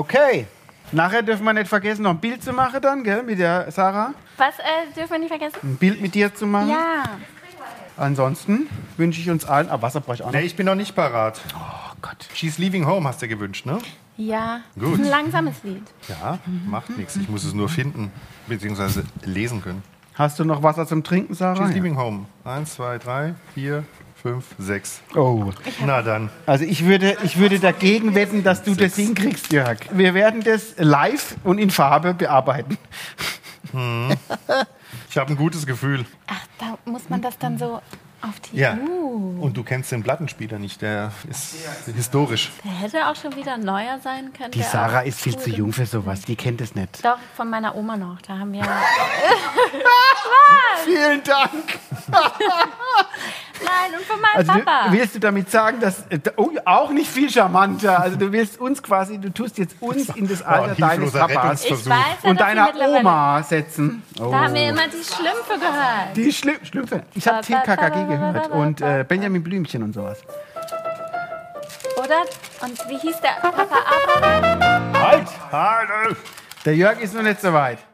Okay. Nachher dürfen wir nicht vergessen, noch ein Bild zu machen dann, gell, mit der Sarah. Was äh, dürfen wir nicht vergessen? Ein Bild mit dir zu machen. Ja. Ansonsten wünsche ich uns allen... Ah, Wasser brauche ich auch noch. Nee, ich bin noch nicht parat. Oh Gott. She's Leaving Home hast du gewünscht, ne? Ja. Gut. Ein langsames Lied. Ja, macht nichts. Ich muss es nur finden, beziehungsweise lesen können. Hast du noch Wasser zum Trinken, Sarah? She's Leaving Home. Eins, zwei, drei, vier, fünf, sechs. Oh. Na dann. Also ich würde, ich würde dagegen wetten, dass du das hinkriegst, Jörg. Wir werden das live und in Farbe bearbeiten. Ich habe ein gutes Gefühl. Ach, da muss man das dann so auf die. Ja. Uh, Und du kennst den Plattenspieler nicht, der ist historisch. der hätte auch schon wieder neuer sein können. Die der Sarah auch ist viel zu cool- jung für sowas. Die kennt es nicht. Doch, von meiner Oma noch. Da haben wir. Vielen Dank. Nein, und von meinem Also Papa. du, willst du damit sagen, dass äh, oh, auch nicht viel charmanter. Also du willst uns quasi, du tust jetzt uns in das war ein Alter deines hilfloser Papas ich weiß ja, dass und sie deiner mittlerweile- Oma setzen. Oh. Da haben wir immer die Schlümpfe gehört. Die Schlü Schlümpfe. Ich habe TKKG gehört und äh, Benjamin Blümchen und sowas. Oder? Und wie hieß der Papa Abraham? Halt! Halt! Der Jörg ist noch nicht so weit.